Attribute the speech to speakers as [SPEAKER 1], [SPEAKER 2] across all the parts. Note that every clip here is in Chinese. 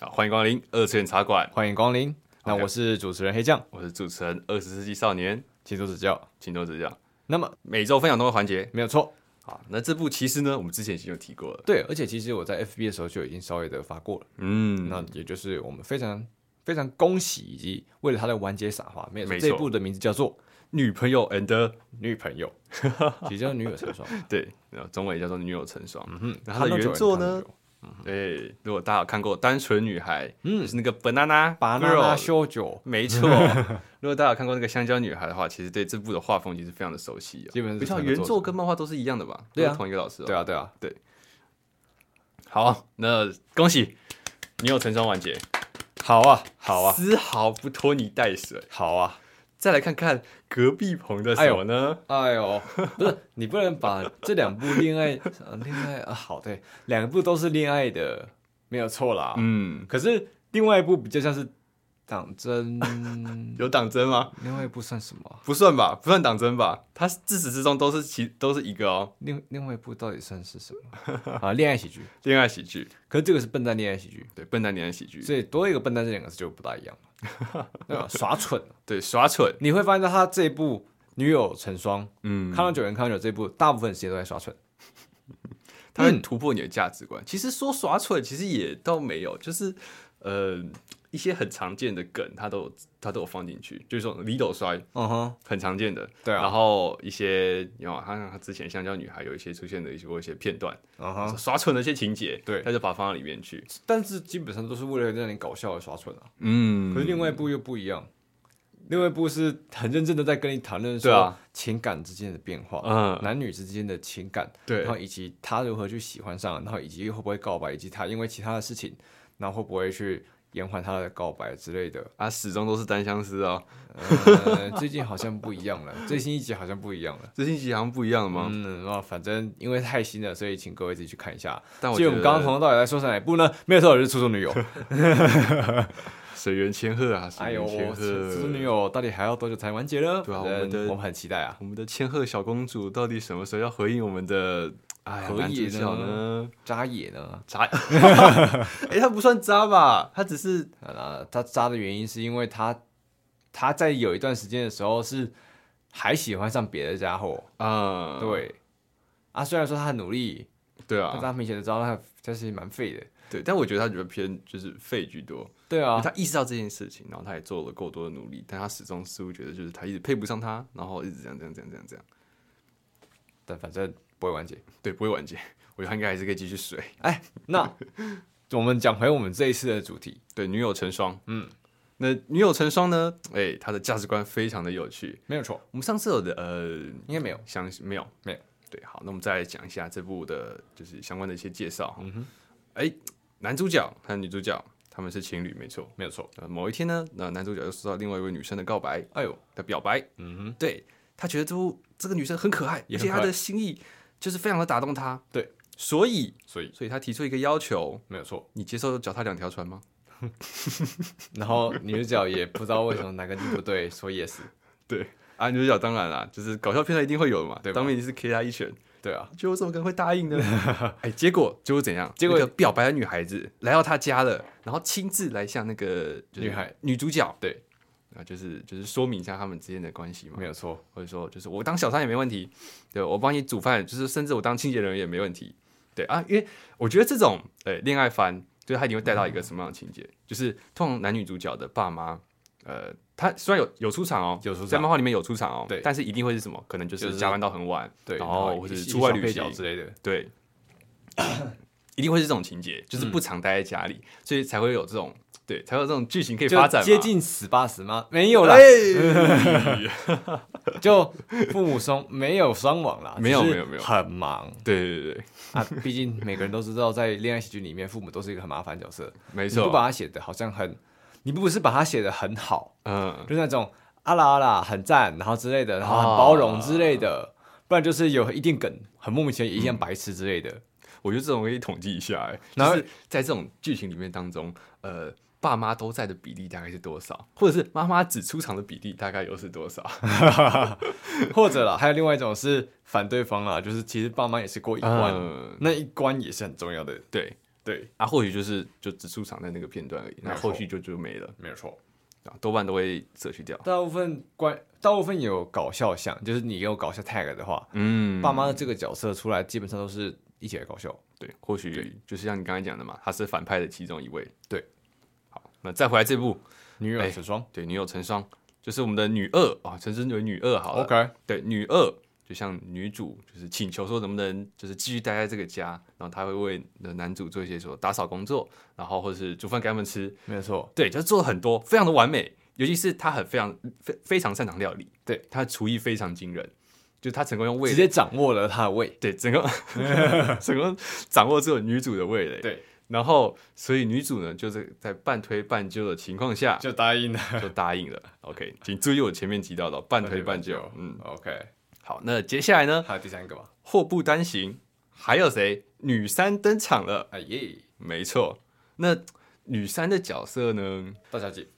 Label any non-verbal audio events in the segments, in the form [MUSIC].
[SPEAKER 1] 欢迎光临二次元茶馆，
[SPEAKER 2] 欢迎光临。那
[SPEAKER 1] OK
[SPEAKER 2] 我是主持人黑酱，
[SPEAKER 1] 我是主持人二十世纪少年，
[SPEAKER 2] 请多指教。
[SPEAKER 1] 请多指教。
[SPEAKER 2] 那么
[SPEAKER 1] 每周分享动画环节
[SPEAKER 2] 没有错，
[SPEAKER 1] 啊，那这部其实呢，我们之前已经有提过了，
[SPEAKER 2] 对，而且其实我在 FB 的时候就已经稍微的发过了，
[SPEAKER 1] 嗯，
[SPEAKER 2] 那也就是我们非常非常恭喜以及为了他的完结撒花，没有错
[SPEAKER 1] 没错
[SPEAKER 2] 这部的名字叫做
[SPEAKER 1] 女朋友 and
[SPEAKER 2] 女朋友， [LAUGHS] 其实叫女友
[SPEAKER 1] [LAUGHS]
[SPEAKER 2] 成双，
[SPEAKER 1] 对，然后中文也叫做女友成双，
[SPEAKER 2] 嗯，
[SPEAKER 1] 那它的原作呢
[SPEAKER 2] 看到久了？
[SPEAKER 1] 对，如果大家有看过《单纯女孩》，嗯，就是那个 banana
[SPEAKER 2] 巴拿拉
[SPEAKER 1] girl
[SPEAKER 2] 修酒，
[SPEAKER 1] 没
[SPEAKER 2] [LAUGHS]
[SPEAKER 1] 错，如果大家有看过那个《香蕉女孩》的话，其实对这部的画风其实非常的熟悉、哦。
[SPEAKER 2] 基本上
[SPEAKER 1] 不
[SPEAKER 2] 是
[SPEAKER 1] 像
[SPEAKER 2] 同一个
[SPEAKER 1] 原
[SPEAKER 2] 作
[SPEAKER 1] 作
[SPEAKER 2] 者
[SPEAKER 1] 跟漫画都是一样的吧？
[SPEAKER 2] 对啊
[SPEAKER 1] 都是同一个老师、哦。
[SPEAKER 2] 对啊对啊，
[SPEAKER 1] 好，那恭喜你有成双完结，
[SPEAKER 2] 好啊好啊
[SPEAKER 1] 丝毫不拖泥带水。
[SPEAKER 2] 好啊，
[SPEAKER 1] 再来看看隔壁棚的什么呢？
[SPEAKER 2] 哎呦，不是你不能把这两部恋爱呃恋爱啊好对，两部都是恋爱的，没有错啦，
[SPEAKER 1] 嗯，
[SPEAKER 2] 可是另外一部比较像是党争，
[SPEAKER 1] 有党争吗？
[SPEAKER 2] 另外一部算什么啊？
[SPEAKER 1] 不算吧，不算党争吧。它自始至终都是其都是一个哦，
[SPEAKER 2] 另另外一部到底算是什么
[SPEAKER 1] [LAUGHS]
[SPEAKER 2] 啊？恋爱喜剧，
[SPEAKER 1] 恋爱喜剧，
[SPEAKER 2] 可是这个是笨蛋恋爱喜剧，
[SPEAKER 1] 对，笨蛋恋爱喜剧，
[SPEAKER 2] 所以多一个笨蛋这两个字就不大一样
[SPEAKER 1] [LAUGHS]
[SPEAKER 2] 了，对吧？耍蠢，
[SPEAKER 1] 对，耍蠢，
[SPEAKER 2] 你会发现到他这一部女友成双，
[SPEAKER 1] 嗯，
[SPEAKER 2] 看到九人看到九这一部，大部分时间都在耍蠢，
[SPEAKER 1] 它会突破你的价值观。其实说耍蠢，其实也倒没有，就是呃一些很常见的梗，它都有它都有放进去，就是说李斗摔
[SPEAKER 2] 嗯哼，
[SPEAKER 1] 很常见的，
[SPEAKER 2] 对啊
[SPEAKER 1] 然后一些你看，他他之前香蕉女孩有一些出现的一些或一些片段，
[SPEAKER 2] 嗯哼，
[SPEAKER 1] 耍蠢的一些情节，
[SPEAKER 2] 对
[SPEAKER 1] 他就把它放到里面去。
[SPEAKER 2] 但是基本上都是为了让你搞笑而耍蠢啊。
[SPEAKER 1] 嗯
[SPEAKER 2] 可是另外一部又不一样。另外一部是很认真的在跟你谈论
[SPEAKER 1] 对
[SPEAKER 2] 说
[SPEAKER 1] 啊
[SPEAKER 2] 情感之间的变化，
[SPEAKER 1] 嗯
[SPEAKER 2] 男女之间的情感，
[SPEAKER 1] 对
[SPEAKER 2] 然后以及他如何去喜欢上，然后以及会不会告白，以及他因为其他的事情，然后会不会去延缓他的告白之类的。
[SPEAKER 1] 啊，始终都是单相思哦。
[SPEAKER 2] 呃，最近好像不一样了，最新一集好像不一样了。
[SPEAKER 1] 最近集好像不一样了吗？
[SPEAKER 2] 嗯，那反正因为太新了，所以请各位自己去看一下。
[SPEAKER 1] 但我
[SPEAKER 2] 至于
[SPEAKER 1] 觉
[SPEAKER 2] 我们刚刚
[SPEAKER 1] 得
[SPEAKER 2] 从头到尾在说是哪一部呢？没有错，就是《初中女友》。
[SPEAKER 1] 水原千鹤啊，水
[SPEAKER 2] 哎呦，
[SPEAKER 1] 原千
[SPEAKER 2] 《
[SPEAKER 1] 鹤，
[SPEAKER 2] 初中女友》到底还要多久才完结呢？
[SPEAKER 1] 对啊
[SPEAKER 2] 反正
[SPEAKER 1] 我们的
[SPEAKER 2] 我们很期待啊。
[SPEAKER 1] 我们的千鹤小公主到底什么时候要回应我们的哎呀
[SPEAKER 2] 何
[SPEAKER 1] 男主
[SPEAKER 2] 以
[SPEAKER 1] 角
[SPEAKER 2] 呢
[SPEAKER 1] 呢？
[SPEAKER 2] 渣野呢？
[SPEAKER 1] 渣，哎、他不算渣吧？他只是
[SPEAKER 2] 啊，他渣的原因是因为他他在有一段时间的时候是还喜欢上别的家伙，
[SPEAKER 1] 啊、
[SPEAKER 2] 对啊，虽然说他很努力，
[SPEAKER 1] 对
[SPEAKER 2] 但是
[SPEAKER 1] 啊，
[SPEAKER 2] 他明显的知道他他其实蛮废的，
[SPEAKER 1] 对，但我觉得他比较偏就是废居多，
[SPEAKER 2] 对
[SPEAKER 1] 因为
[SPEAKER 2] 啊，
[SPEAKER 1] 他意识到这件事情，然后他也做了够多的努力，但他始终似乎觉得就是他一直配不上他，然后一直这样这样这样这样这样，
[SPEAKER 2] 但反正不会完结。
[SPEAKER 1] 对，不会完结，我觉得他应该还是可以继续水，
[SPEAKER 2] 哎，那我们讲回我们这一次的主题，
[SPEAKER 1] 对，女友成双，嗯，那女友成双呢？哎、她的价值观非常的有趣，
[SPEAKER 2] 没有错，
[SPEAKER 1] 我们上次有的呃
[SPEAKER 2] 应该没有。
[SPEAKER 1] 相信没有
[SPEAKER 2] 没有
[SPEAKER 1] 对，好，那我们再来讲一下这部的，就是相关的一些介绍。嗯哼，哎，男主角和女主角他们是情侣，没错。
[SPEAKER 2] 没有错，
[SPEAKER 1] 呃，某一天呢，那男主角就收到另外一位女生的告白
[SPEAKER 2] 哎呦，
[SPEAKER 1] 的表白，
[SPEAKER 2] 嗯哼，
[SPEAKER 1] 对他觉得这部这个女生很可爱，
[SPEAKER 2] 也
[SPEAKER 1] 而
[SPEAKER 2] 很
[SPEAKER 1] 且
[SPEAKER 2] 可
[SPEAKER 1] 她
[SPEAKER 2] 爱
[SPEAKER 1] 的心意就是非常的打动他，
[SPEAKER 2] 对，
[SPEAKER 1] 所以
[SPEAKER 2] 所以
[SPEAKER 1] 所以他提出一个要求，
[SPEAKER 2] 没有错。
[SPEAKER 1] 你接受脚踏两条船吗？
[SPEAKER 2] 然后女主角也不知道为什么哪根筋不对，说 yes，
[SPEAKER 1] 对，啊，女主角当然啦，就是搞笑片段一定会有的嘛，
[SPEAKER 2] 对吧
[SPEAKER 1] 当面就是 K 他一拳，
[SPEAKER 2] 对啊，
[SPEAKER 1] 就我怎么可能会答应呢？ [LAUGHS] 哎，结果 [LAUGHS] 结果怎样？
[SPEAKER 2] 结果
[SPEAKER 1] 那个表白的女孩子来到他家了，然后亲自来向那个、就是
[SPEAKER 2] 女孩
[SPEAKER 1] 女主角
[SPEAKER 2] 对
[SPEAKER 1] 啊，就是就是说明一下他们之间的关系嘛
[SPEAKER 2] 没，有错，
[SPEAKER 1] 或者说就是我当小三也没问题，对我帮你煮饭，就是甚至我当清洁人员也没问题，对啊，因为我觉得这种呃恋爱番，就是他一定会带到一个什么样的情节，就是通常男女主角的爸妈，呃，他虽然有有出场哦，
[SPEAKER 2] 有出场
[SPEAKER 1] 在漫画里面有出场哦，
[SPEAKER 2] 对
[SPEAKER 1] 但是一定会是什么？可能就
[SPEAKER 2] 就是是
[SPEAKER 1] 加班到很晚，
[SPEAKER 2] 对，
[SPEAKER 1] 然后或
[SPEAKER 2] 一
[SPEAKER 1] 者
[SPEAKER 2] 起
[SPEAKER 1] 出外
[SPEAKER 2] 小
[SPEAKER 1] 旅
[SPEAKER 2] 配
[SPEAKER 1] 行
[SPEAKER 2] 角之类的，
[SPEAKER 1] 对， [COUGHS] 一定会是这种情节，就是
[SPEAKER 2] 嗯
[SPEAKER 1] 不常待在家里，所以才会有这种对，才会有这种剧情可以
[SPEAKER 2] 就
[SPEAKER 1] 发展嘛
[SPEAKER 2] 接。近死八十吗？没有啦，
[SPEAKER 1] 哎，
[SPEAKER 2] [LAUGHS] 就父母双没有双亡啦，
[SPEAKER 1] 没有
[SPEAKER 2] 只是
[SPEAKER 1] 没有没有
[SPEAKER 2] 很忙
[SPEAKER 1] 对对对对，
[SPEAKER 2] 啊。毕竟每个人都知道，在恋爱喜剧里面，父母都是一个很麻烦角色。
[SPEAKER 1] 没
[SPEAKER 2] 你不
[SPEAKER 1] 错，
[SPEAKER 2] 把它写的好像很，你不是把它写的很好，
[SPEAKER 1] 嗯，
[SPEAKER 2] 就是那种啊啦啊啦很赞，然后之类的，然后很包容之类
[SPEAKER 1] 啊
[SPEAKER 2] 的，不然就是有一定梗，很莫名其妙，一样白痴之类
[SPEAKER 1] [LAUGHS]
[SPEAKER 2] 的。
[SPEAKER 1] 我觉得这种可以统计一下，哎，
[SPEAKER 2] 然
[SPEAKER 1] 就
[SPEAKER 2] 后
[SPEAKER 1] 是在这种剧情里面当中，呃。爸妈都在的比例大概是多少，或者是妈妈只出场的比例大概又是多少？
[SPEAKER 2] 或者啦，还有另外一种是反对方啦，就是其实爸妈也是过一关，
[SPEAKER 1] 嗯，
[SPEAKER 2] 那一关也是很重要的。
[SPEAKER 1] 对，
[SPEAKER 2] 对，
[SPEAKER 1] 啊，或许就是就只出场在那个片段而已，那
[SPEAKER 2] 没错
[SPEAKER 1] 后续就就没了，
[SPEAKER 2] 没有错。
[SPEAKER 1] 啊，多半都会舍去掉。
[SPEAKER 2] 大部分关，大部分有搞笑项，就是你有搞笑 tag 的话，
[SPEAKER 1] 嗯，
[SPEAKER 2] 爸妈的这个角色出来基本上都是一起来搞笑。
[SPEAKER 1] 对，或许就是像你刚才讲的嘛，他是反派的其中一位。
[SPEAKER 2] 对，
[SPEAKER 1] 好，那再回来这部，
[SPEAKER 2] 女友
[SPEAKER 1] 哎
[SPEAKER 2] 成双、
[SPEAKER 1] 对，女友成双，就是我们的女二啊，陈真为女二好了。
[SPEAKER 2] ，OK，
[SPEAKER 1] 对，女二就像女主，就是请求说能不能就是继续待在这个家，然后她会为男主做一些说打扫工作，然后或者是煮饭给他们吃，
[SPEAKER 2] 没有错，
[SPEAKER 1] 对，就是做了很多，非常的完美。尤其是她很非常非非常擅长料理，
[SPEAKER 2] 对，
[SPEAKER 1] 她的厨艺非常惊人，就是她成功用味
[SPEAKER 2] 直
[SPEAKER 1] 蕾，
[SPEAKER 2] 接掌握了他的胃。
[SPEAKER 1] 对，整个 [LAUGHS] 整个掌握住了女主的味蕾，
[SPEAKER 2] 对，
[SPEAKER 1] 然后所以女主呢就是在半推半就的情况下
[SPEAKER 2] 就答应了。
[SPEAKER 1] 就答应了。OK，请注意我前面提到的半推半就，嗯，
[SPEAKER 2] ，OK，
[SPEAKER 1] 好，那接下来呢？
[SPEAKER 2] 还有第三个吧？
[SPEAKER 1] 祸不单行，还有谁？女三登场了，
[SPEAKER 2] 哎耶，
[SPEAKER 1] 没错。那女三的角色呢？
[SPEAKER 2] 大小姐，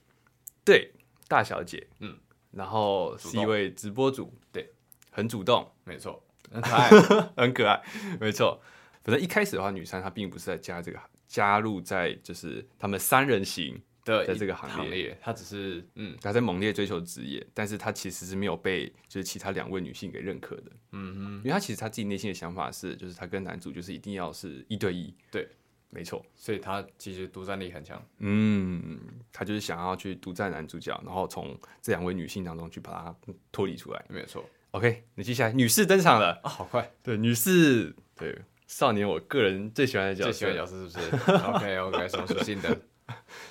[SPEAKER 1] 对，大小姐，
[SPEAKER 2] 嗯，
[SPEAKER 1] 然后
[SPEAKER 2] 主
[SPEAKER 1] 是
[SPEAKER 2] 动
[SPEAKER 1] 一位直播主，
[SPEAKER 2] 对，
[SPEAKER 1] 很主动，[LAUGHS]
[SPEAKER 2] 没错，很可爱。
[SPEAKER 1] 很可爱，没错。反正一开始的话，女三她并不是在加这个加入在就是他们三人行，
[SPEAKER 2] 的
[SPEAKER 1] 在这个行
[SPEAKER 2] 行
[SPEAKER 1] 业
[SPEAKER 2] 列，他只是嗯
[SPEAKER 1] 她在猛烈追求职业，但是她其实是没有被就是其他两位女性给认可的，
[SPEAKER 2] 嗯
[SPEAKER 1] 因为她其实她自己内心的想法是，就是她跟男主就是一定要是一对一，
[SPEAKER 2] 对，
[SPEAKER 1] 没错。
[SPEAKER 2] 哼，所以他其实独占力很强，
[SPEAKER 1] 嗯，他就是想要去独占男主角，然后从这两位女性当中去把他脱离出来。
[SPEAKER 2] 没有错
[SPEAKER 1] OK，那接下来女士登场了。
[SPEAKER 2] 啊，好快，
[SPEAKER 1] 对，女士，对，少年我个人最喜欢的角色，
[SPEAKER 2] 最喜欢角色是不是？OK OK，什么
[SPEAKER 1] [LAUGHS]
[SPEAKER 2] 属性的？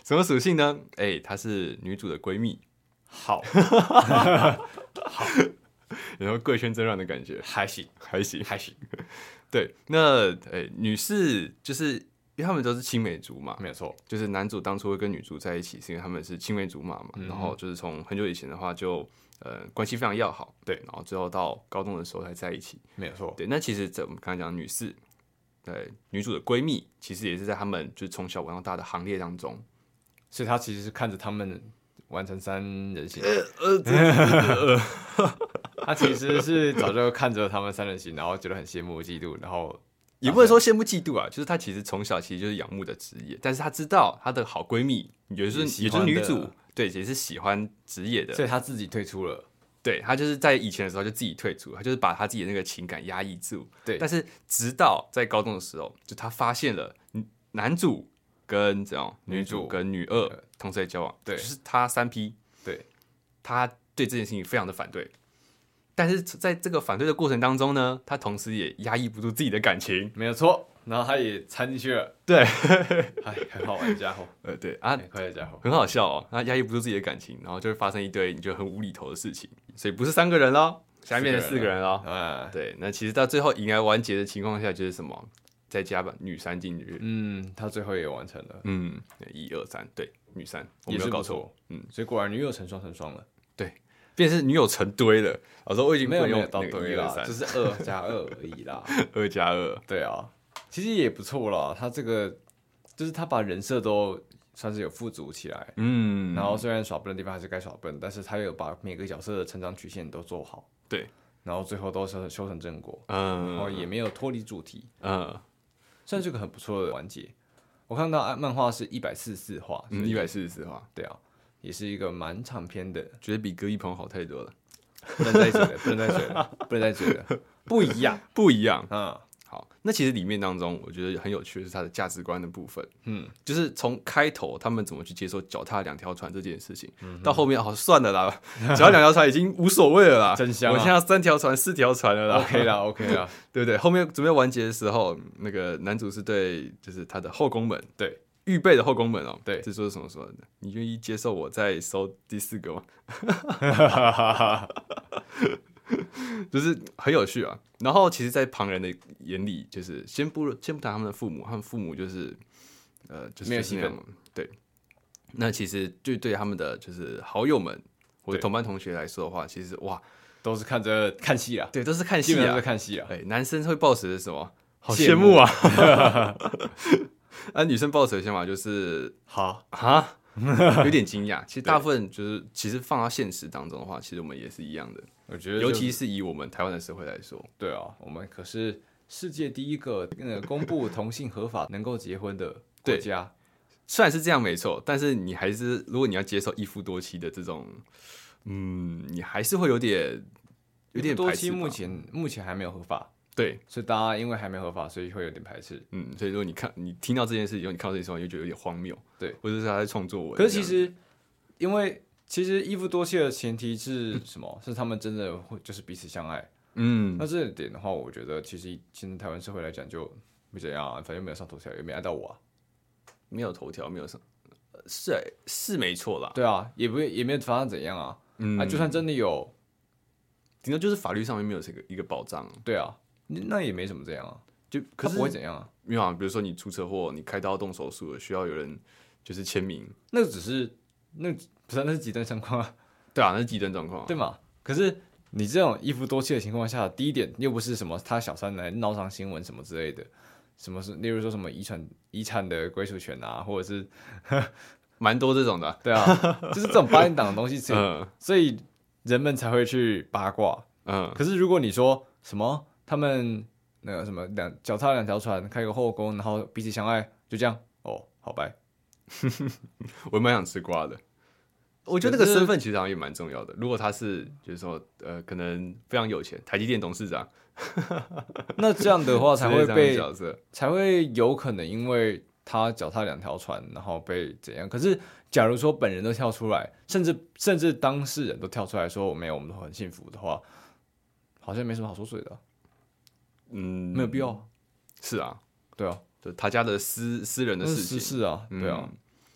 [SPEAKER 1] 什么属性呢？哎、她是女主的闺蜜，
[SPEAKER 2] 好，
[SPEAKER 1] 然后贵圈真乱的感觉，
[SPEAKER 2] 还行，
[SPEAKER 1] 还行。
[SPEAKER 2] 还行，
[SPEAKER 1] [LAUGHS] 对，那哎、女士就是因为他们都是青梅竹马，
[SPEAKER 2] 没有错，
[SPEAKER 1] 就是男主当初会跟女主在一起，是因为他们是青梅竹马嘛，然后就是从很久以前的话就呃关系非常要好，
[SPEAKER 2] 对
[SPEAKER 1] 然后最后到高中的时候才在一起。
[SPEAKER 2] 没有错，
[SPEAKER 1] 对，那其实在我们刚才讲的女士，对女主的闺蜜，其实也是在他们就是从小玩到大的行列当中，
[SPEAKER 2] 所以他其实是看着他们完成三人行，呃 [LAUGHS] 他其实是早就看着他们三人行，然后觉得很羡慕、嫉妒，然后
[SPEAKER 1] 也不能说羡慕嫉妒啊，就是她其实从小其实就是仰慕的职业，但是她知道她的好闺蜜，也就
[SPEAKER 2] 也
[SPEAKER 1] 是
[SPEAKER 2] 喜
[SPEAKER 1] 也就
[SPEAKER 2] 欢
[SPEAKER 1] 是女
[SPEAKER 2] 的
[SPEAKER 1] 主，对，也是喜欢职业的，
[SPEAKER 2] 所以他自己退出了，
[SPEAKER 1] 对他就是在以前的时候就自己退出，他就是把他自己的那个情感压抑住。
[SPEAKER 2] 对
[SPEAKER 1] 但是直到在高中的时候，就他发现了嗯男主跟这种
[SPEAKER 2] 女
[SPEAKER 1] 女
[SPEAKER 2] 主
[SPEAKER 1] 主跟女二同时在交往，
[SPEAKER 2] 对
[SPEAKER 1] 就是他三 P，
[SPEAKER 2] 对，
[SPEAKER 1] 他对这件事情非常的反对。但是在这个反对的过程当中呢，他同时也压抑不住自己的感情。
[SPEAKER 2] 没有错，然后他也掺进去了，
[SPEAKER 1] 对，
[SPEAKER 2] [LAUGHS] 哎，很好玩的家伙，
[SPEAKER 1] 呃，对啊，
[SPEAKER 2] 很快乐家伙，
[SPEAKER 1] 很好笑哦。他压抑不住自己的感情，然后就会发生一堆你觉得很无厘头的事情。所以不是三个人喽，下面是四个人喽。
[SPEAKER 2] 啊，
[SPEAKER 1] 对，那其实到最后迎来完结的情况下，就是什么？再加把女三进去，
[SPEAKER 2] 嗯，他最后也完成了，
[SPEAKER 1] 嗯，一二三，对，女三，我
[SPEAKER 2] 也
[SPEAKER 1] 没
[SPEAKER 2] 是
[SPEAKER 1] 有搞
[SPEAKER 2] 不
[SPEAKER 1] 错，
[SPEAKER 2] 错，嗯，所以果然女友成双成双了，
[SPEAKER 1] 变成是女友成堆了。我说我已经不
[SPEAKER 2] 没有
[SPEAKER 1] 能
[SPEAKER 2] 没
[SPEAKER 1] 用
[SPEAKER 2] 有到
[SPEAKER 1] 那个
[SPEAKER 2] 对
[SPEAKER 1] 一二
[SPEAKER 2] 啦，
[SPEAKER 1] 三
[SPEAKER 2] 就，是二 [LAUGHS] 加二而已啦，
[SPEAKER 1] 二加二，
[SPEAKER 2] 对啊，其实也不错啦，他这个就是他把人设都算是有富足起来，
[SPEAKER 1] 嗯，
[SPEAKER 2] 然后虽然耍笨的地方还是该耍笨，但是他有把每个角色的成长曲线都做好，
[SPEAKER 1] 对，
[SPEAKER 2] 然后最后都修修成正果，然后
[SPEAKER 1] 嗯
[SPEAKER 2] 也没有脱离主题，
[SPEAKER 1] 嗯，
[SPEAKER 2] 算是个很不错的完结。我看到啊漫画是一百四十四话，所以
[SPEAKER 1] 嗯一百四十四话，
[SPEAKER 2] 对啊，也是一个蛮长篇的，
[SPEAKER 1] 觉得比隔一棚好太多了，
[SPEAKER 2] 不能再追了，不能再追了，
[SPEAKER 1] [LAUGHS]
[SPEAKER 2] 不能再追了，不一样
[SPEAKER 1] 不一样。
[SPEAKER 2] 啊，
[SPEAKER 1] 好，那其实里面当中，我觉得很有趣的是他的价值观的部分，
[SPEAKER 2] 嗯，
[SPEAKER 1] 就是从开头他们怎么去接受脚踏两条船这件事情，
[SPEAKER 2] 嗯
[SPEAKER 1] 到后面好算了啦， [LAUGHS] 脚踏两条船已经无所谓了啦，
[SPEAKER 2] 真香啊
[SPEAKER 1] 我现在要三条船、四条船了啦
[SPEAKER 2] OK 啦，OK 啦，
[SPEAKER 1] 对不对？后面准备完结的时候，那个男主是对，就是他的后宫们，
[SPEAKER 2] 对，
[SPEAKER 1] 预备的后宫们哦，
[SPEAKER 2] 对
[SPEAKER 1] 这说什么说的？你愿意接受我再收第四
[SPEAKER 2] [LAUGHS]
[SPEAKER 1] 个吗？就是很有趣啊。然后其实，在旁人的眼里，就是先不先不谈他们的父母，他们父母就是呃，就是
[SPEAKER 2] 没有
[SPEAKER 1] 就是
[SPEAKER 2] 戏
[SPEAKER 1] 那样嘛对。那其实就对他们的就是好友们或者
[SPEAKER 2] 对
[SPEAKER 1] 同班同学来说的话，其实哇，
[SPEAKER 2] 都是看着看戏啊，
[SPEAKER 1] 对，都是看
[SPEAKER 2] 基
[SPEAKER 1] 戏
[SPEAKER 2] 本上
[SPEAKER 1] 啊
[SPEAKER 2] 是，看戏啊，
[SPEAKER 1] 哎、男生会抱持什么？好
[SPEAKER 2] 羡
[SPEAKER 1] 羡
[SPEAKER 2] 慕
[SPEAKER 1] 慕啊！啊，女生抱持的想法就是
[SPEAKER 2] 好，
[SPEAKER 1] 啊， [LAUGHS] 有点惊讶。其实大部分就是，其实放到现实当中的话，其实我们也是一样的，
[SPEAKER 2] 我觉得就
[SPEAKER 1] 尤其是以我们台湾的社会来说，
[SPEAKER 2] 对啊，我们可是世界第一个呃公布同性合法能够结婚的国
[SPEAKER 1] 对
[SPEAKER 2] 家。
[SPEAKER 1] 虽然是这样没错，但是你还是如果你要接受一夫多妻的这种，嗯，你还是会有点有点
[SPEAKER 2] 多
[SPEAKER 1] 排斥
[SPEAKER 2] 妻
[SPEAKER 1] 吧
[SPEAKER 2] 目前目前还没有合法，
[SPEAKER 1] 对，
[SPEAKER 2] 所以大家因为还没合法，所以会有点排斥。
[SPEAKER 1] 嗯，所以说你看你听到这件事以后，你看到这件事情，你就觉得有点荒谬，
[SPEAKER 2] 对，
[SPEAKER 1] 或者是他在创作文这
[SPEAKER 2] 可
[SPEAKER 1] 样，
[SPEAKER 2] 是其实，因为其实一夫多妻的前提是什么？是他们真的会就是彼此相爱。
[SPEAKER 1] 嗯
[SPEAKER 2] 那这一点的话，我觉得其实现在台湾社会来讲就不怎样、啊，反正没有上头条，也没爱到我、啊。
[SPEAKER 1] 没有头条，没有什么，呃是哎是没错啦，
[SPEAKER 2] 对啊，也不也没有发生怎样啊。
[SPEAKER 1] 嗯，
[SPEAKER 2] 啊，就算真的有，
[SPEAKER 1] 顶多就是法律上面没有这个一个保障，
[SPEAKER 2] 对啊，那也没怎么这样啊。
[SPEAKER 1] 就可
[SPEAKER 2] 他
[SPEAKER 1] 是
[SPEAKER 2] 不会怎样啊。
[SPEAKER 1] 没有啊，比如说你出车祸，你开刀动手术了，需要有人就是签名，
[SPEAKER 2] 那个只是那个不是啊那是极端情况啊，
[SPEAKER 1] 对啊，那是极端状况啊，
[SPEAKER 2] 对吗？可是你这种一夫多妻的情况下，第一点又不是什么他小三来闹上新闻什么之类的，什么是例如说什么遗传遗产的归属权啊，或者是
[SPEAKER 1] 蛮多这种的啊，
[SPEAKER 2] 对啊，
[SPEAKER 1] [LAUGHS]
[SPEAKER 2] 就是这种八点档的东西，所以、
[SPEAKER 1] 嗯
[SPEAKER 2] 所以人们才会去八卦。
[SPEAKER 1] 嗯，
[SPEAKER 2] 可是如果你说什么他们那个什么两脚踏两条船，开个后宫，然后彼此相爱，就这样哦，好拜。
[SPEAKER 1] 我蛮想吃瓜的。我觉得那
[SPEAKER 2] 可
[SPEAKER 1] 个
[SPEAKER 2] 是
[SPEAKER 1] 身份其实好像也蛮重要的。如果他是就是说呃，可能非常有钱，台积电董事长
[SPEAKER 2] 那这样的话才会
[SPEAKER 1] 之类
[SPEAKER 2] 被
[SPEAKER 1] 这样的角色，
[SPEAKER 2] 才会有可能因为他脚踏两条船，然后被怎样？可是假如说本人都跳出来，甚至甚至当事人都跳出来说我没有，我们都很幸福的话，好像没什么好说嘴的啊，
[SPEAKER 1] 嗯，
[SPEAKER 2] 没有必要啊。
[SPEAKER 1] 是啊，
[SPEAKER 2] 对啊，
[SPEAKER 1] 就他家的私私人的
[SPEAKER 2] 那
[SPEAKER 1] 事
[SPEAKER 2] 是私
[SPEAKER 1] 情，
[SPEAKER 2] 事啊，
[SPEAKER 1] 嗯
[SPEAKER 2] 对啊，。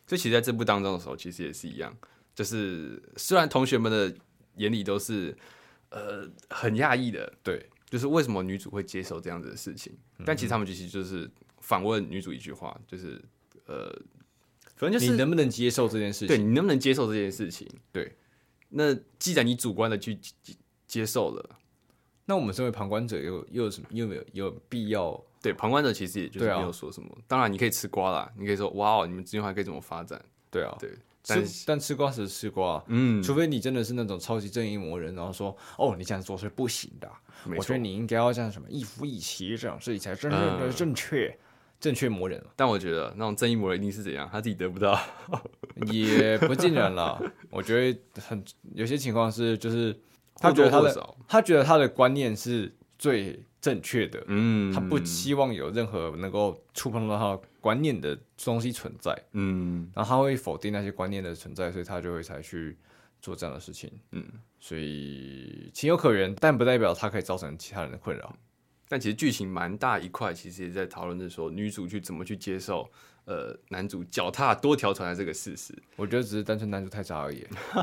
[SPEAKER 1] 所以其实在这部当中的时候，其实也是一样，就是虽然同学们的眼里都是呃很讶异的，
[SPEAKER 2] 对，嗯
[SPEAKER 1] 就是为什么女主会接受这样子的事情，但其实他们其实就是反问女主一句话，就是呃，反正就
[SPEAKER 2] 你
[SPEAKER 1] 是
[SPEAKER 2] 能不能接受这件事
[SPEAKER 1] 对
[SPEAKER 2] 情？
[SPEAKER 1] 你能不能接受这件事情？
[SPEAKER 2] 对，
[SPEAKER 1] 那既然你主观的去接接受了，
[SPEAKER 2] 那我们身为旁观者又又有什么又没有有必要？
[SPEAKER 1] 对旁观者其实也就是
[SPEAKER 2] 对啊
[SPEAKER 1] 没有说什么。当然，你可以吃瓜啦，你可以说哇哦，你们之间还可以怎么发展？
[SPEAKER 2] 对啊，
[SPEAKER 1] 对，但
[SPEAKER 2] 吃但吃瓜时吃瓜啊，
[SPEAKER 1] 嗯，
[SPEAKER 2] 除非你真的是那种超级正义魔人，然后说哦你这样做是不行的啊，
[SPEAKER 1] 没
[SPEAKER 2] 我觉
[SPEAKER 1] 错
[SPEAKER 2] 得。你应该要像什么一夫一妻这种事情才真正
[SPEAKER 1] 嗯
[SPEAKER 2] 的正确、正确魔人，
[SPEAKER 1] 但我觉得那种正义魔人一定是怎样，他自己得不到。
[SPEAKER 2] 也不尽然了。我觉得很有些情况是，就是他
[SPEAKER 1] 或多
[SPEAKER 2] 觉得他
[SPEAKER 1] 或
[SPEAKER 2] 的
[SPEAKER 1] 少
[SPEAKER 2] 他觉得他的观念是最正确的，
[SPEAKER 1] 嗯，
[SPEAKER 2] 他不希望有任何能够触碰到他的观念的东西存在，
[SPEAKER 1] 嗯，
[SPEAKER 2] 然后他会否定那些观念的存在，所以他就会才去做这样的事情。
[SPEAKER 1] 嗯，
[SPEAKER 2] 所以情有可原，但不代表他可以造成其他人的困扰。
[SPEAKER 1] 但其实剧情蛮大一块，其实也在讨论着说女主去怎么去接受呃男主脚踏多条船的这个事实。
[SPEAKER 2] 我觉得只是单纯男主太渣 [LAUGHS] 而已。
[SPEAKER 1] 我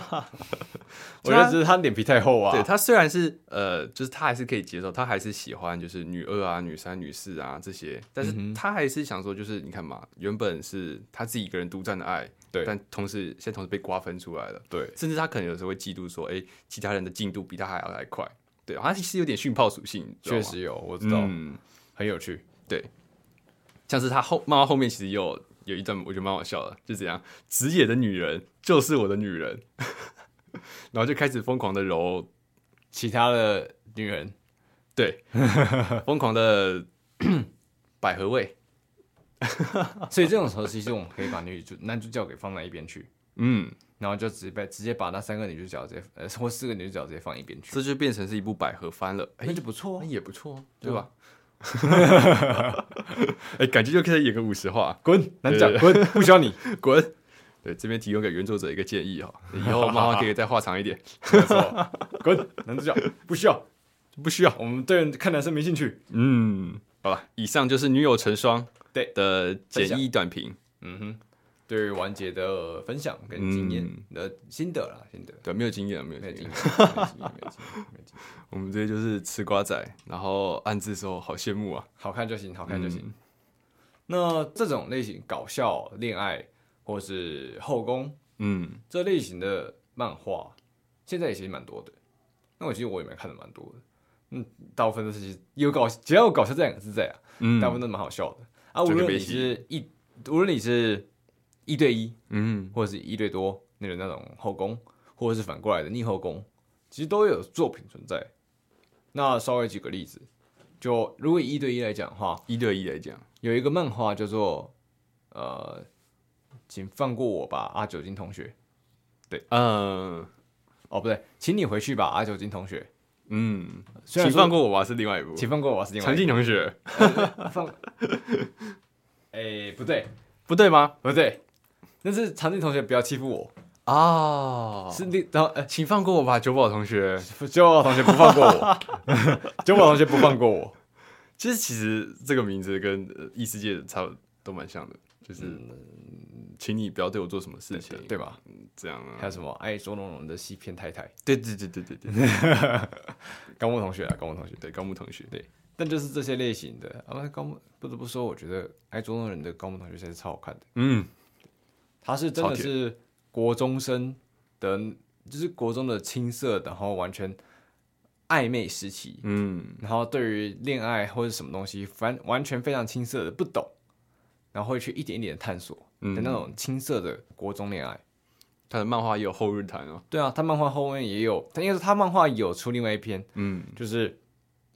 [SPEAKER 1] 觉
[SPEAKER 2] 我觉
[SPEAKER 1] 得
[SPEAKER 2] 得只是他脸皮太厚啊。
[SPEAKER 1] 对他虽然是呃，就是他还是可以接受，他还是喜欢就是女二啊、女三、女四啊这些，但是他还是想说，就是你看嘛，原本是他自己一个人独占的爱，
[SPEAKER 2] 对
[SPEAKER 1] 但同时现在同时被瓜分出来了，
[SPEAKER 2] 对
[SPEAKER 1] 甚至他可能有时候会嫉妒说，哎、其他人的进度比他还要来快，对，他其实有点训炮属性，你知道
[SPEAKER 2] 确
[SPEAKER 1] 吗，
[SPEAKER 2] 实有，我知道，
[SPEAKER 1] 嗯，
[SPEAKER 2] 很有趣。
[SPEAKER 1] 像是他后漫画后面其实也有有一段，我觉得蛮好笑的，就这样，直野的女人就是我的女人， [LAUGHS] 然后就开始疯狂的揉
[SPEAKER 2] 其他的女人，
[SPEAKER 1] 对， [LAUGHS] 疯狂的 [CLEARS THROAT] 百合味，
[SPEAKER 2] [LAUGHS] 所以这种时候其实我们可以把女主男主角给放在一边去，
[SPEAKER 1] 嗯，
[SPEAKER 2] 然后就直接把直接把那三个女主角直接呃 [LAUGHS] 或四个女主角直接放一边去，
[SPEAKER 1] 这就变成是一部百合番了，哎、
[SPEAKER 2] 那就不错
[SPEAKER 1] 那
[SPEAKER 2] 啊。
[SPEAKER 1] 也不错哦，对
[SPEAKER 2] 对啊
[SPEAKER 1] 吧？ [LAUGHS] 哎、感觉就可以演个五十话，
[SPEAKER 2] 滚，男主角滚，不需要 [LAUGHS] 你。
[SPEAKER 1] 滚！对，这边提供给原作者一个建议哈、以后漫画可以再画长一
[SPEAKER 2] [LAUGHS]
[SPEAKER 1] 点，
[SPEAKER 2] 没错，滚，男主角不需要，
[SPEAKER 1] 不需要。
[SPEAKER 2] 我们对看男生没兴趣。
[SPEAKER 1] 嗯，好了，以上就是《女友成双》
[SPEAKER 2] 对
[SPEAKER 1] 的
[SPEAKER 2] 分
[SPEAKER 1] 简
[SPEAKER 2] 享
[SPEAKER 1] 易短评。
[SPEAKER 2] 嗯哼，对于完结的分享跟经验
[SPEAKER 1] 嗯
[SPEAKER 2] 的心得啦，心得。
[SPEAKER 1] 对，没有经验，没有
[SPEAKER 2] 没
[SPEAKER 1] 经
[SPEAKER 2] 有经
[SPEAKER 1] 验
[SPEAKER 2] [LAUGHS] 验，。没有经验，没有经验，没有经验。
[SPEAKER 1] 我们这些就是吃瓜仔，然后暗自说好羡慕啊。
[SPEAKER 2] 好看就行，好看就
[SPEAKER 1] 嗯
[SPEAKER 2] 行。那这种类型搞笑、恋爱或是后宫
[SPEAKER 1] 嗯，
[SPEAKER 2] 这类型的漫画，现在也其实蛮多的。那我其实我也没看的蛮多的，嗯，大部分都是有搞，只要有搞笑这两个字在啊，
[SPEAKER 1] 嗯
[SPEAKER 2] 大部分都蛮好笑的、啊。无
[SPEAKER 1] 这个
[SPEAKER 2] 论
[SPEAKER 1] 被
[SPEAKER 2] 你
[SPEAKER 1] 吸
[SPEAKER 2] 是一，无论你是一对一
[SPEAKER 1] 嗯，
[SPEAKER 2] 或者是一对多那种那种后宫，或者是反过来的逆后宫，其实都有作品存在。那稍微举个例子，就如果以一对一来讲的话，
[SPEAKER 1] 一对一来讲，
[SPEAKER 2] 有一个漫画叫做呃，请放过我吧，阿九金同学。
[SPEAKER 1] 嗯
[SPEAKER 2] 哦，不对，请你回去吧，阿九金同学。
[SPEAKER 1] 嗯，
[SPEAKER 2] 虽然
[SPEAKER 1] 请
[SPEAKER 2] 说
[SPEAKER 1] 放，过我吧是另外一部，
[SPEAKER 2] 请放过我是另外
[SPEAKER 1] 陈
[SPEAKER 2] 一
[SPEAKER 1] 静同学
[SPEAKER 2] 个放。哎、不对，
[SPEAKER 1] 不对吗？
[SPEAKER 2] 不对，那是长进同学不要欺负我，
[SPEAKER 1] 啊，
[SPEAKER 2] 是另然后呃，
[SPEAKER 1] 请放过我吧，九宝同学。
[SPEAKER 2] 九宝同学不放过我，
[SPEAKER 1] [LAUGHS]
[SPEAKER 2] 九宝同学不放过我。
[SPEAKER 1] 其实其实这个名字跟呃异世界差不都蛮像的，就是、请你不要嗯对我做什么事情，
[SPEAKER 2] 对吧？
[SPEAKER 1] 这样
[SPEAKER 2] 还
[SPEAKER 1] 啊
[SPEAKER 2] 有。什么爱捉弄人的西片太太，
[SPEAKER 1] 对对对对对对对
[SPEAKER 2] 高木同学啊，高木同学。
[SPEAKER 1] 对，高木同学，
[SPEAKER 2] 对但就是这些类型的啊，高木不得不说，我觉得爱捉弄人的高木同学才是超好看的。
[SPEAKER 1] 嗯，
[SPEAKER 2] 他是真的
[SPEAKER 1] 超甜
[SPEAKER 2] 是国中生的，就是国中的青涩，然后完全暧昧时期，
[SPEAKER 1] 嗯，
[SPEAKER 2] 然后对于恋爱或者什么东西，反完全非常青涩的不懂，然后会去一点一点的探索
[SPEAKER 1] 嗯
[SPEAKER 2] 的那种青涩的国中恋爱。
[SPEAKER 1] 他的漫画也有后日谈哦，
[SPEAKER 2] 对啊，他漫画后面也有，他应该是他漫画有出另外一篇，
[SPEAKER 1] 嗯，
[SPEAKER 2] 就是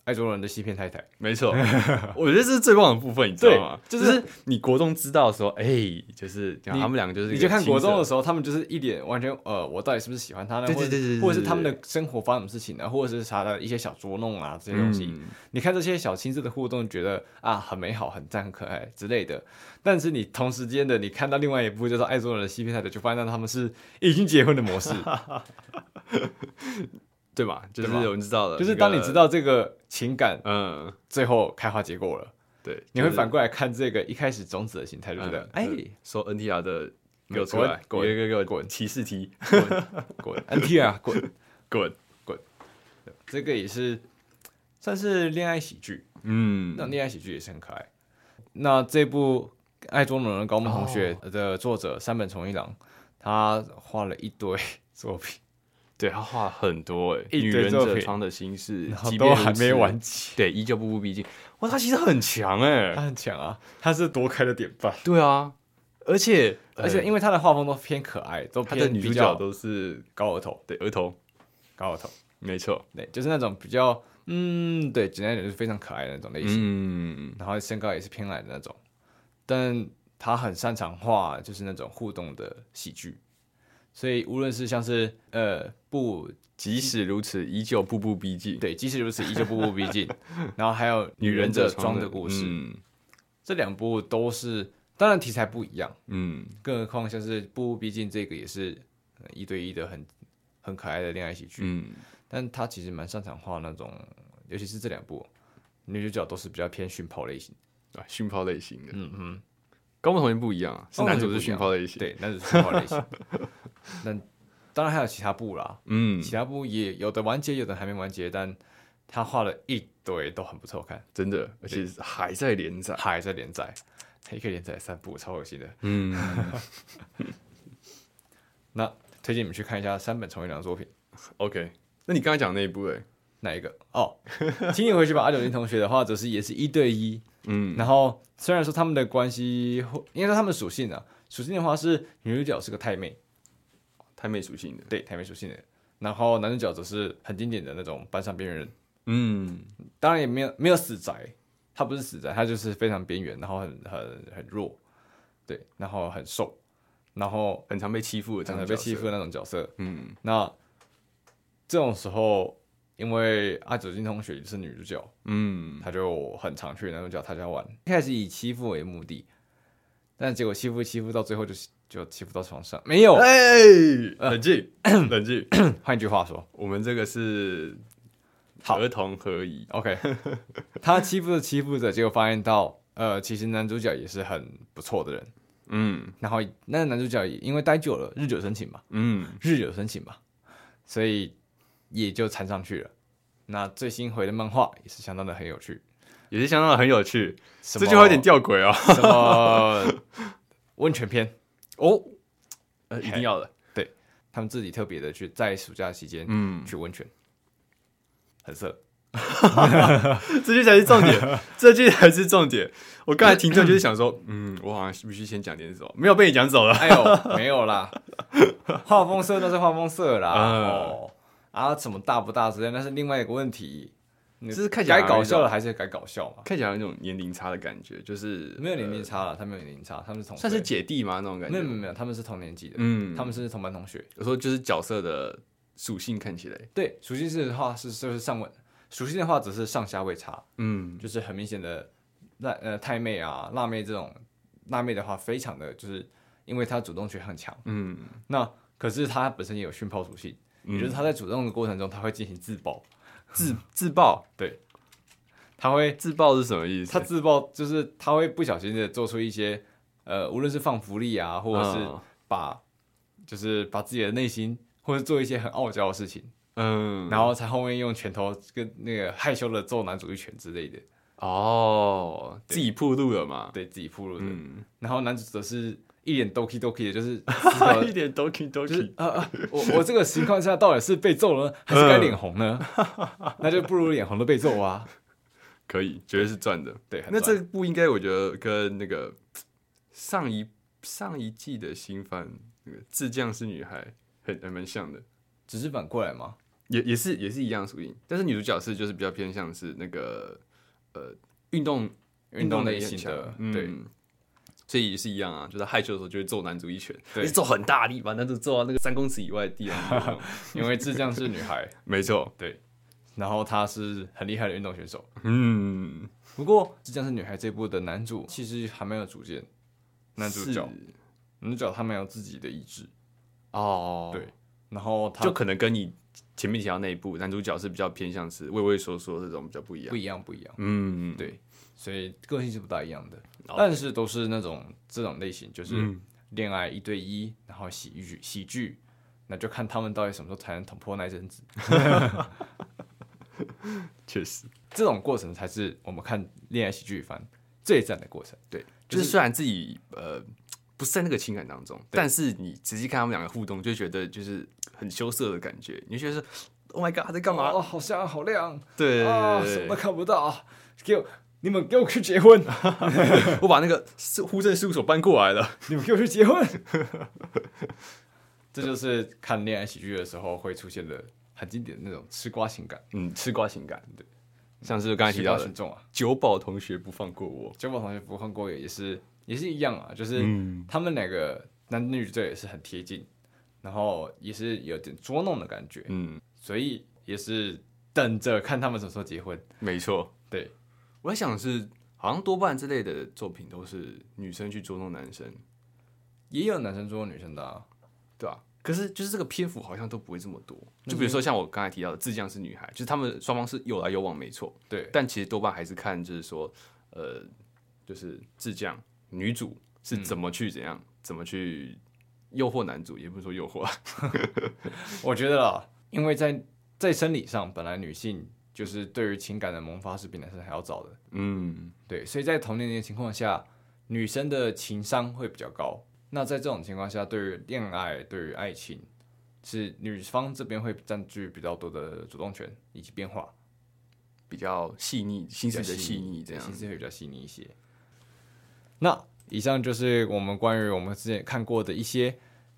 [SPEAKER 2] 爱捉弄人的西片太太。
[SPEAKER 1] 没错， [LAUGHS] 我觉得这是最棒的部分，你知道吗？
[SPEAKER 2] 对
[SPEAKER 1] 就
[SPEAKER 2] 就是
[SPEAKER 1] 是你国中知道说，哎、就是
[SPEAKER 2] 你
[SPEAKER 1] 他们两个就是一
[SPEAKER 2] 你
[SPEAKER 1] 个
[SPEAKER 2] 就看
[SPEAKER 1] 青涩
[SPEAKER 2] 国中的时候，他们就是一脸完全呃，我到底是不是喜欢他呢？
[SPEAKER 1] 对对
[SPEAKER 2] 或者
[SPEAKER 1] 对对对对
[SPEAKER 2] 或者是他们的生活发生什么事情呢？啊或者是啥的一些小捉弄啊这些东西。
[SPEAKER 1] 嗯
[SPEAKER 2] 你看这些小亲子的互动，觉得啊很美好、很赞、很可爱之类的。但是你同时间的，你看到另外一部叫做《爱做人的西片太太》，就发现到他们是已经结婚的模
[SPEAKER 1] [LAUGHS]
[SPEAKER 2] 式。
[SPEAKER 1] 对吧？就是
[SPEAKER 2] 对吧
[SPEAKER 1] 我们知道了，
[SPEAKER 2] 就是当你知，道这个情感
[SPEAKER 1] 嗯，
[SPEAKER 2] 最后开花结果了，
[SPEAKER 1] 对，
[SPEAKER 2] 你会
[SPEAKER 1] 就是
[SPEAKER 2] 反过来看这个一开始种子的形态，对不对
[SPEAKER 1] 嗯？
[SPEAKER 2] 哎、
[SPEAKER 1] 说 NTR 的呃给我
[SPEAKER 2] 滚
[SPEAKER 1] 出来，
[SPEAKER 2] 滚
[SPEAKER 1] 给给给我滚，骑士踢，
[SPEAKER 2] 滚，NT
[SPEAKER 1] [LAUGHS]
[SPEAKER 2] 啊，滚！
[SPEAKER 1] 滚，
[SPEAKER 2] 这个也是算是恋爱喜剧，
[SPEAKER 1] 嗯
[SPEAKER 2] 那，恋爱喜剧也是很可爱。那这部《爱捉弄人的高木同学》的作者山本崇一郎，他画了一堆作品， [LAUGHS]
[SPEAKER 1] 对他画了很多哎，
[SPEAKER 2] 一
[SPEAKER 1] 女
[SPEAKER 2] 堆
[SPEAKER 1] 忍
[SPEAKER 2] 作
[SPEAKER 1] 者
[SPEAKER 2] 品
[SPEAKER 1] 窗的心事
[SPEAKER 2] 然，后
[SPEAKER 1] 即便
[SPEAKER 2] [LAUGHS] 都
[SPEAKER 1] 如
[SPEAKER 2] 还没
[SPEAKER 1] 此
[SPEAKER 2] 完，结。
[SPEAKER 1] 对，依旧步步逼近，哇，他其实很强哎
[SPEAKER 2] 他，很强啊，他是夺开了典范，
[SPEAKER 1] 对啊，而且
[SPEAKER 2] 而且因为他的画风都偏可爱，都
[SPEAKER 1] 他
[SPEAKER 2] 偏
[SPEAKER 1] 的女
[SPEAKER 2] 比
[SPEAKER 1] 主角
[SPEAKER 2] 较
[SPEAKER 1] 都是
[SPEAKER 2] 高额头，
[SPEAKER 1] 对额头，
[SPEAKER 2] 高额头，
[SPEAKER 1] 没错，
[SPEAKER 2] 对，就是那种比较嗯，对，简单一点就是非常可爱的那种类型，
[SPEAKER 1] 嗯，
[SPEAKER 2] 然后身高也是偏矮的那种，但他很擅长画就是那种互动的喜剧，所以无论是像是呃不
[SPEAKER 1] 即使如此，依旧步步逼近，
[SPEAKER 2] 对，即使如此，依旧步步逼近。然后还有《女忍者装的故事》
[SPEAKER 1] 嗯
[SPEAKER 2] 这两部都是，当然题材不一样，
[SPEAKER 1] 嗯，
[SPEAKER 2] 更何况像是《步步逼近》这个也是呃一对一的很很可爱的恋爱喜剧，
[SPEAKER 1] 嗯，
[SPEAKER 2] 但他其实蛮擅长画那种，尤其是这两部女主角都是比较偏训炮类型。
[SPEAKER 1] 啊，熏炮类型的，
[SPEAKER 2] 嗯嗯，
[SPEAKER 1] 高木同学不一样啊，是
[SPEAKER 2] 高木
[SPEAKER 1] 男
[SPEAKER 2] 同
[SPEAKER 1] 主
[SPEAKER 2] 学
[SPEAKER 1] 是熏
[SPEAKER 2] 哦不一样
[SPEAKER 1] 炮类型，，
[SPEAKER 2] 对，那是训炮类型。那当然还有其他部啦，
[SPEAKER 1] 嗯，
[SPEAKER 2] 其他部也有的完结，有的还没完结，但他画了一堆都很不错看。
[SPEAKER 1] 真的，而且还在连载。
[SPEAKER 2] 还在连载，他一个连载三部，超恶心的。
[SPEAKER 1] 嗯，
[SPEAKER 2] 那推荐你们去看一下山本崇一郎的作品，
[SPEAKER 1] [LAUGHS] OK，那你刚才讲的那一部哎、
[SPEAKER 2] 哪一个？哦，请你回去吧。阿九零同学的话，则是也是一对一。
[SPEAKER 1] 嗯，
[SPEAKER 2] 然后虽然说他们的关系或，应该说他们的属性啊，属性的话是女主角是个太妹，
[SPEAKER 1] 太妹属性的，
[SPEAKER 2] 对，太妹属性的。然后男主角则是很经典的那种班上边缘人，
[SPEAKER 1] 嗯
[SPEAKER 2] 当然也没有没有死宅，他不是死宅，他就是非常边缘，然后很很很弱，对，然后很瘦，然后
[SPEAKER 1] 很常被欺负的，
[SPEAKER 2] 常常被欺负，的那种角色。
[SPEAKER 1] 嗯，
[SPEAKER 2] 那这种时候，因为阿九金同学是女主角，
[SPEAKER 1] 嗯，
[SPEAKER 2] 她就很常去男主角他家玩。一开始以欺负为目的，但结果欺负欺负到最后就就欺负到床上。没有，
[SPEAKER 1] 哎、冷静，
[SPEAKER 2] 呃
[SPEAKER 1] 冷
[SPEAKER 2] [COUGHS]
[SPEAKER 1] 静，
[SPEAKER 2] 换一句话说
[SPEAKER 1] 我们这个是
[SPEAKER 2] [COUGHS] 好
[SPEAKER 1] 儿童合宜，
[SPEAKER 2] [LAUGHS] ，OK，他欺负着欺负着，结果发现到呃，其实男主角也是很不错的人。
[SPEAKER 1] 嗯
[SPEAKER 2] 然后那个男主角也因为待久了，日久生情嘛，
[SPEAKER 1] 嗯，
[SPEAKER 2] 日久生情吧，所以也就缠上去了。那最新回的漫画也是相当的很有趣，
[SPEAKER 1] 也是相当的很有趣，
[SPEAKER 2] 这
[SPEAKER 1] 这句话有点吊诡哦，
[SPEAKER 2] 什么温泉篇，
[SPEAKER 1] 哦，呃，一定要的，
[SPEAKER 2] 他们自己特别的去在暑假期间
[SPEAKER 1] 嗯，
[SPEAKER 2] 去温泉，很色。
[SPEAKER 1] 这句才是重点，这句才是重点。我刚才停顿就是想说，嗯，我好像必须先讲点什么，没有被你讲走了，
[SPEAKER 2] 哎
[SPEAKER 1] [LAUGHS]
[SPEAKER 2] 呦，没有啦，画风色那是画风色啦，
[SPEAKER 1] 嗯
[SPEAKER 2] 哦啊，什么大不大之类，那是另外一个问题。
[SPEAKER 1] 就是看起来
[SPEAKER 2] 该搞笑的还是该搞笑
[SPEAKER 1] 啊
[SPEAKER 2] 嘛，
[SPEAKER 1] 看起来有那种年龄差的感觉，就是
[SPEAKER 2] 没有年龄
[SPEAKER 1] 呃
[SPEAKER 2] 差了，他们有年龄差，他们是同
[SPEAKER 1] 算是
[SPEAKER 2] 岁
[SPEAKER 1] 姐弟吗？那种感
[SPEAKER 2] 没
[SPEAKER 1] 觉
[SPEAKER 2] 有没有，没有，他们是同年级的，
[SPEAKER 1] 嗯，
[SPEAKER 2] 他们是同班同学。
[SPEAKER 1] 有时候就是角色的属性看起来，
[SPEAKER 2] 对，熟悉字的话是就是上文，熟悉的话只是上下位差，
[SPEAKER 1] 嗯，
[SPEAKER 2] 就是很明显的辣呃太妹啊、辣妹这种，辣妹的话非常的就是因为她主动权很强，
[SPEAKER 1] 嗯，
[SPEAKER 2] 那可是她本身也有熏泡属性，也就是她在主动的过程中，她会进行自爆，
[SPEAKER 1] 自自爆，
[SPEAKER 2] 她会
[SPEAKER 1] 自爆是什么意思？
[SPEAKER 2] 她自爆就是她会不小心的做出一些呃，无论是放福利啊，或者是
[SPEAKER 1] 嗯
[SPEAKER 2] 把、就是把自己的内心，或者做一些很傲娇的事情，
[SPEAKER 1] 嗯，
[SPEAKER 2] 然后才后面用拳头跟那个害羞的揍男主一拳之类的，
[SPEAKER 1] 哦，自己铺路了嘛，
[SPEAKER 2] 对自己铺路的。
[SPEAKER 1] 嗯，
[SPEAKER 2] 然后男主则是一脸 doki doki 的，就是
[SPEAKER 1] [LAUGHS]
[SPEAKER 2] 思考
[SPEAKER 1] 一点 doki
[SPEAKER 2] 就
[SPEAKER 1] doki，
[SPEAKER 2] 是啊啊，我我这个情况下到底是被揍了呢，还是该脸红呢？
[SPEAKER 1] 嗯 [LAUGHS]
[SPEAKER 2] 那就不如脸红的被揍啊。
[SPEAKER 1] 可以，绝对是赚的。
[SPEAKER 2] 对，很
[SPEAKER 1] 那
[SPEAKER 2] 赚
[SPEAKER 1] 这部应该我觉得跟那个上一上一季的新番那个《智将是女孩》很还蛮像的，
[SPEAKER 2] 只是反过来嘛，
[SPEAKER 1] 也也是也是一样属性，但是女主角是就是比较偏向是那个呃运动
[SPEAKER 2] 运动类
[SPEAKER 1] 也很
[SPEAKER 2] 型的
[SPEAKER 1] 强，嗯
[SPEAKER 2] 对，
[SPEAKER 1] 所以也是一样啊，就是害羞的时候就会揍男主一拳，
[SPEAKER 2] 对
[SPEAKER 1] 而且揍很大力，把男主揍到那个三公尺以外的地
[SPEAKER 2] [LAUGHS]
[SPEAKER 1] 方。
[SPEAKER 2] 因为智将是女孩， [LAUGHS]
[SPEAKER 1] 没错，
[SPEAKER 2] 然后她是很厉害的运动选手。
[SPEAKER 1] 嗯，
[SPEAKER 2] 不过智将是女孩这部的男主其实还蛮有主见，男主角
[SPEAKER 1] 是
[SPEAKER 2] 男主角他蛮有自己的意志，
[SPEAKER 1] 哦，
[SPEAKER 2] 对，然后他
[SPEAKER 1] 就可能跟你前面提到那一部男主角是比较偏向是畏畏缩缩这种比较不一
[SPEAKER 2] 不
[SPEAKER 1] 样。
[SPEAKER 2] 一样不一样，
[SPEAKER 1] 嗯，
[SPEAKER 2] 对，所以个性是不大一样的，
[SPEAKER 1] 哦
[SPEAKER 2] 但是都是那种这种类型，就是。
[SPEAKER 1] 嗯，
[SPEAKER 2] 恋爱一对一，然后喜剧喜剧，那就看他们到底什么时候才能捅破那一阵子。 [LAUGHS]
[SPEAKER 1] 确实，
[SPEAKER 2] 这种过程才是我们看恋爱喜剧番最赞的过程。
[SPEAKER 1] 对，
[SPEAKER 2] 就
[SPEAKER 1] 就是是虽然自己呃不是在那个情感当中，但是你仔细看他们两个互动，就觉得就是很羞涩的感觉，你就觉得是 Oh my God，他在干嘛？
[SPEAKER 2] 哦，好香，好亮
[SPEAKER 1] 对，
[SPEAKER 2] 啊，什么都看不到啊！给我，你们给我去结婚，
[SPEAKER 1] 我把那个事户政事务所搬过来了。
[SPEAKER 2] 你们给我去结婚。 [LAUGHS] 这就是看恋爱喜剧的时候会出现的很经典的那种吃瓜情感，
[SPEAKER 1] 嗯，吃瓜情感，对，像是刚才
[SPEAKER 2] 吃
[SPEAKER 1] 提
[SPEAKER 2] 瓜
[SPEAKER 1] 到
[SPEAKER 2] 群
[SPEAKER 1] 的
[SPEAKER 2] 众啊。
[SPEAKER 1] 九保同学不放过我。
[SPEAKER 2] 九宝同学不换过也也是也是一样啊，就是。
[SPEAKER 1] 嗯，
[SPEAKER 2] 他们两个男女主角也是很贴近，然后也是有点捉弄的感觉，
[SPEAKER 1] 嗯，
[SPEAKER 2] 所以也是等着看他们什么时候结婚。
[SPEAKER 1] 没错。
[SPEAKER 2] 对，
[SPEAKER 1] 我在想是，好像多半这类的作品都是女生去捉弄男生，
[SPEAKER 2] 也有男生捉弄女生的、啊，
[SPEAKER 1] 对吧、可是就是这个篇幅好像都不会这么多。就比如说像我刚才提到的《自降是女孩》，就是他们双方是有来有往，没错。
[SPEAKER 2] 对，
[SPEAKER 1] 但其实多半还是看就是说，呃，就是自降女主是怎么去怎样，怎么去诱惑男主，也不是说诱惑啊，
[SPEAKER 2] 我觉得啦，因为在在生理上，本来女性就是对于情感的萌发是比男生还要早的，
[SPEAKER 1] [LAUGHS] 嗯，
[SPEAKER 2] 对，所以在同年龄的情况下，女生的情商会比较高。那在这种情况下，对于恋爱、对于爱情，是女方这边会占据比较多的主动权以及变化。
[SPEAKER 1] 比较细腻，心思
[SPEAKER 2] 比
[SPEAKER 1] 比
[SPEAKER 2] 较
[SPEAKER 1] 较细腻这样
[SPEAKER 2] 心。思会比较细腻一些。那以上就是我们关于我们之前看过的一些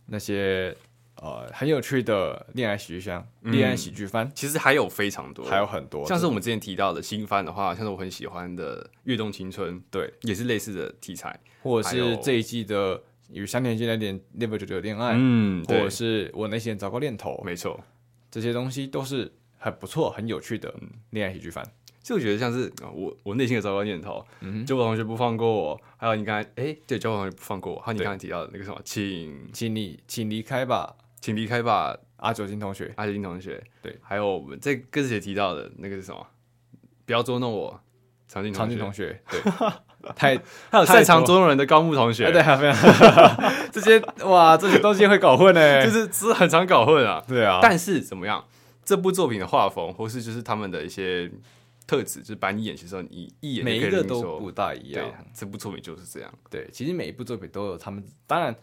[SPEAKER 2] 那些呃很有趣的恋爱喜剧番、恋爱喜剧番，
[SPEAKER 1] 其实还有非常嗯多，
[SPEAKER 2] 还有很多
[SPEAKER 1] 像是我们之前提到的新番的话，像是我很喜欢的《跃动青春》，
[SPEAKER 2] 对，
[SPEAKER 1] 也是类似的题材。
[SPEAKER 2] 或者
[SPEAKER 1] 还有
[SPEAKER 2] 是这一季的与山田健那点 Level 九九恋爱，
[SPEAKER 1] 嗯
[SPEAKER 2] 或
[SPEAKER 1] 对
[SPEAKER 2] 者，是我那些人糟糕恋头，
[SPEAKER 1] 没错。
[SPEAKER 2] 这些东西都是很不错、很有趣的
[SPEAKER 1] 嗯
[SPEAKER 2] 恋爱喜剧番。
[SPEAKER 1] 所以我觉得像是呃我我内心的糟糕念头，
[SPEAKER 2] 嗯
[SPEAKER 1] 九保同学不放过我，还有你刚才哎、对，九保同学不放过我，还有你刚才提到的那个什么，请
[SPEAKER 2] 请你，请离开吧，
[SPEAKER 1] 请离开吧，
[SPEAKER 2] 阿九金同学。
[SPEAKER 1] 阿杰金同学，
[SPEAKER 2] 对，
[SPEAKER 1] 还有我们在歌词也提到的那个是什么？不要捉弄我，长进
[SPEAKER 2] 长
[SPEAKER 1] 同学，
[SPEAKER 2] 俊同学，对，太
[SPEAKER 1] 还有擅
[SPEAKER 2] 太
[SPEAKER 1] 长
[SPEAKER 2] 多
[SPEAKER 1] 捉弄人的高木同学，
[SPEAKER 2] [LAUGHS] 哎对，还非常这 [LAUGHS] 些哇，这些东西会搞混
[SPEAKER 1] [LAUGHS]
[SPEAKER 2] 呢。
[SPEAKER 1] 就是是很常搞混啊。
[SPEAKER 2] 对啊，
[SPEAKER 1] 但是怎么样，这部作品的画风，或是就是他们的一些特质，就是把你演戏的时候，你一眼
[SPEAKER 2] 每
[SPEAKER 1] 就可
[SPEAKER 2] 一
[SPEAKER 1] 以认
[SPEAKER 2] 个
[SPEAKER 1] 定
[SPEAKER 2] 都
[SPEAKER 1] 说
[SPEAKER 2] 不大一
[SPEAKER 1] 对
[SPEAKER 2] 样。，
[SPEAKER 1] 这部作品就是这样。
[SPEAKER 2] 对，其实每一部作品都有他们，当然，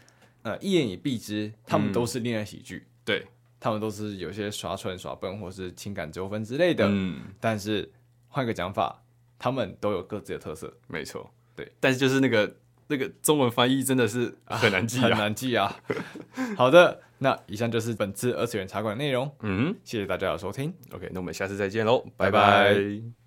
[SPEAKER 2] 呃，一言以蔽之，他们
[SPEAKER 1] 嗯
[SPEAKER 2] 都是恋爱喜剧，
[SPEAKER 1] 对
[SPEAKER 2] 他们都是有些耍蠢、耍笨或是情感纠纷之类的。
[SPEAKER 1] 嗯，
[SPEAKER 2] 但是换个讲法，他们都有各自的特色。
[SPEAKER 1] 没错，
[SPEAKER 2] 对。
[SPEAKER 1] 但是就是那个那个中文翻译真的是很难记
[SPEAKER 2] 很
[SPEAKER 1] 啊。
[SPEAKER 2] 难记啊。好的，那以上就是本次二次元茶馆的内容，
[SPEAKER 1] 嗯
[SPEAKER 2] 谢谢大家的收听。
[SPEAKER 1] ，OK，那我们下次再见喽，拜
[SPEAKER 2] 拜拜
[SPEAKER 1] 拜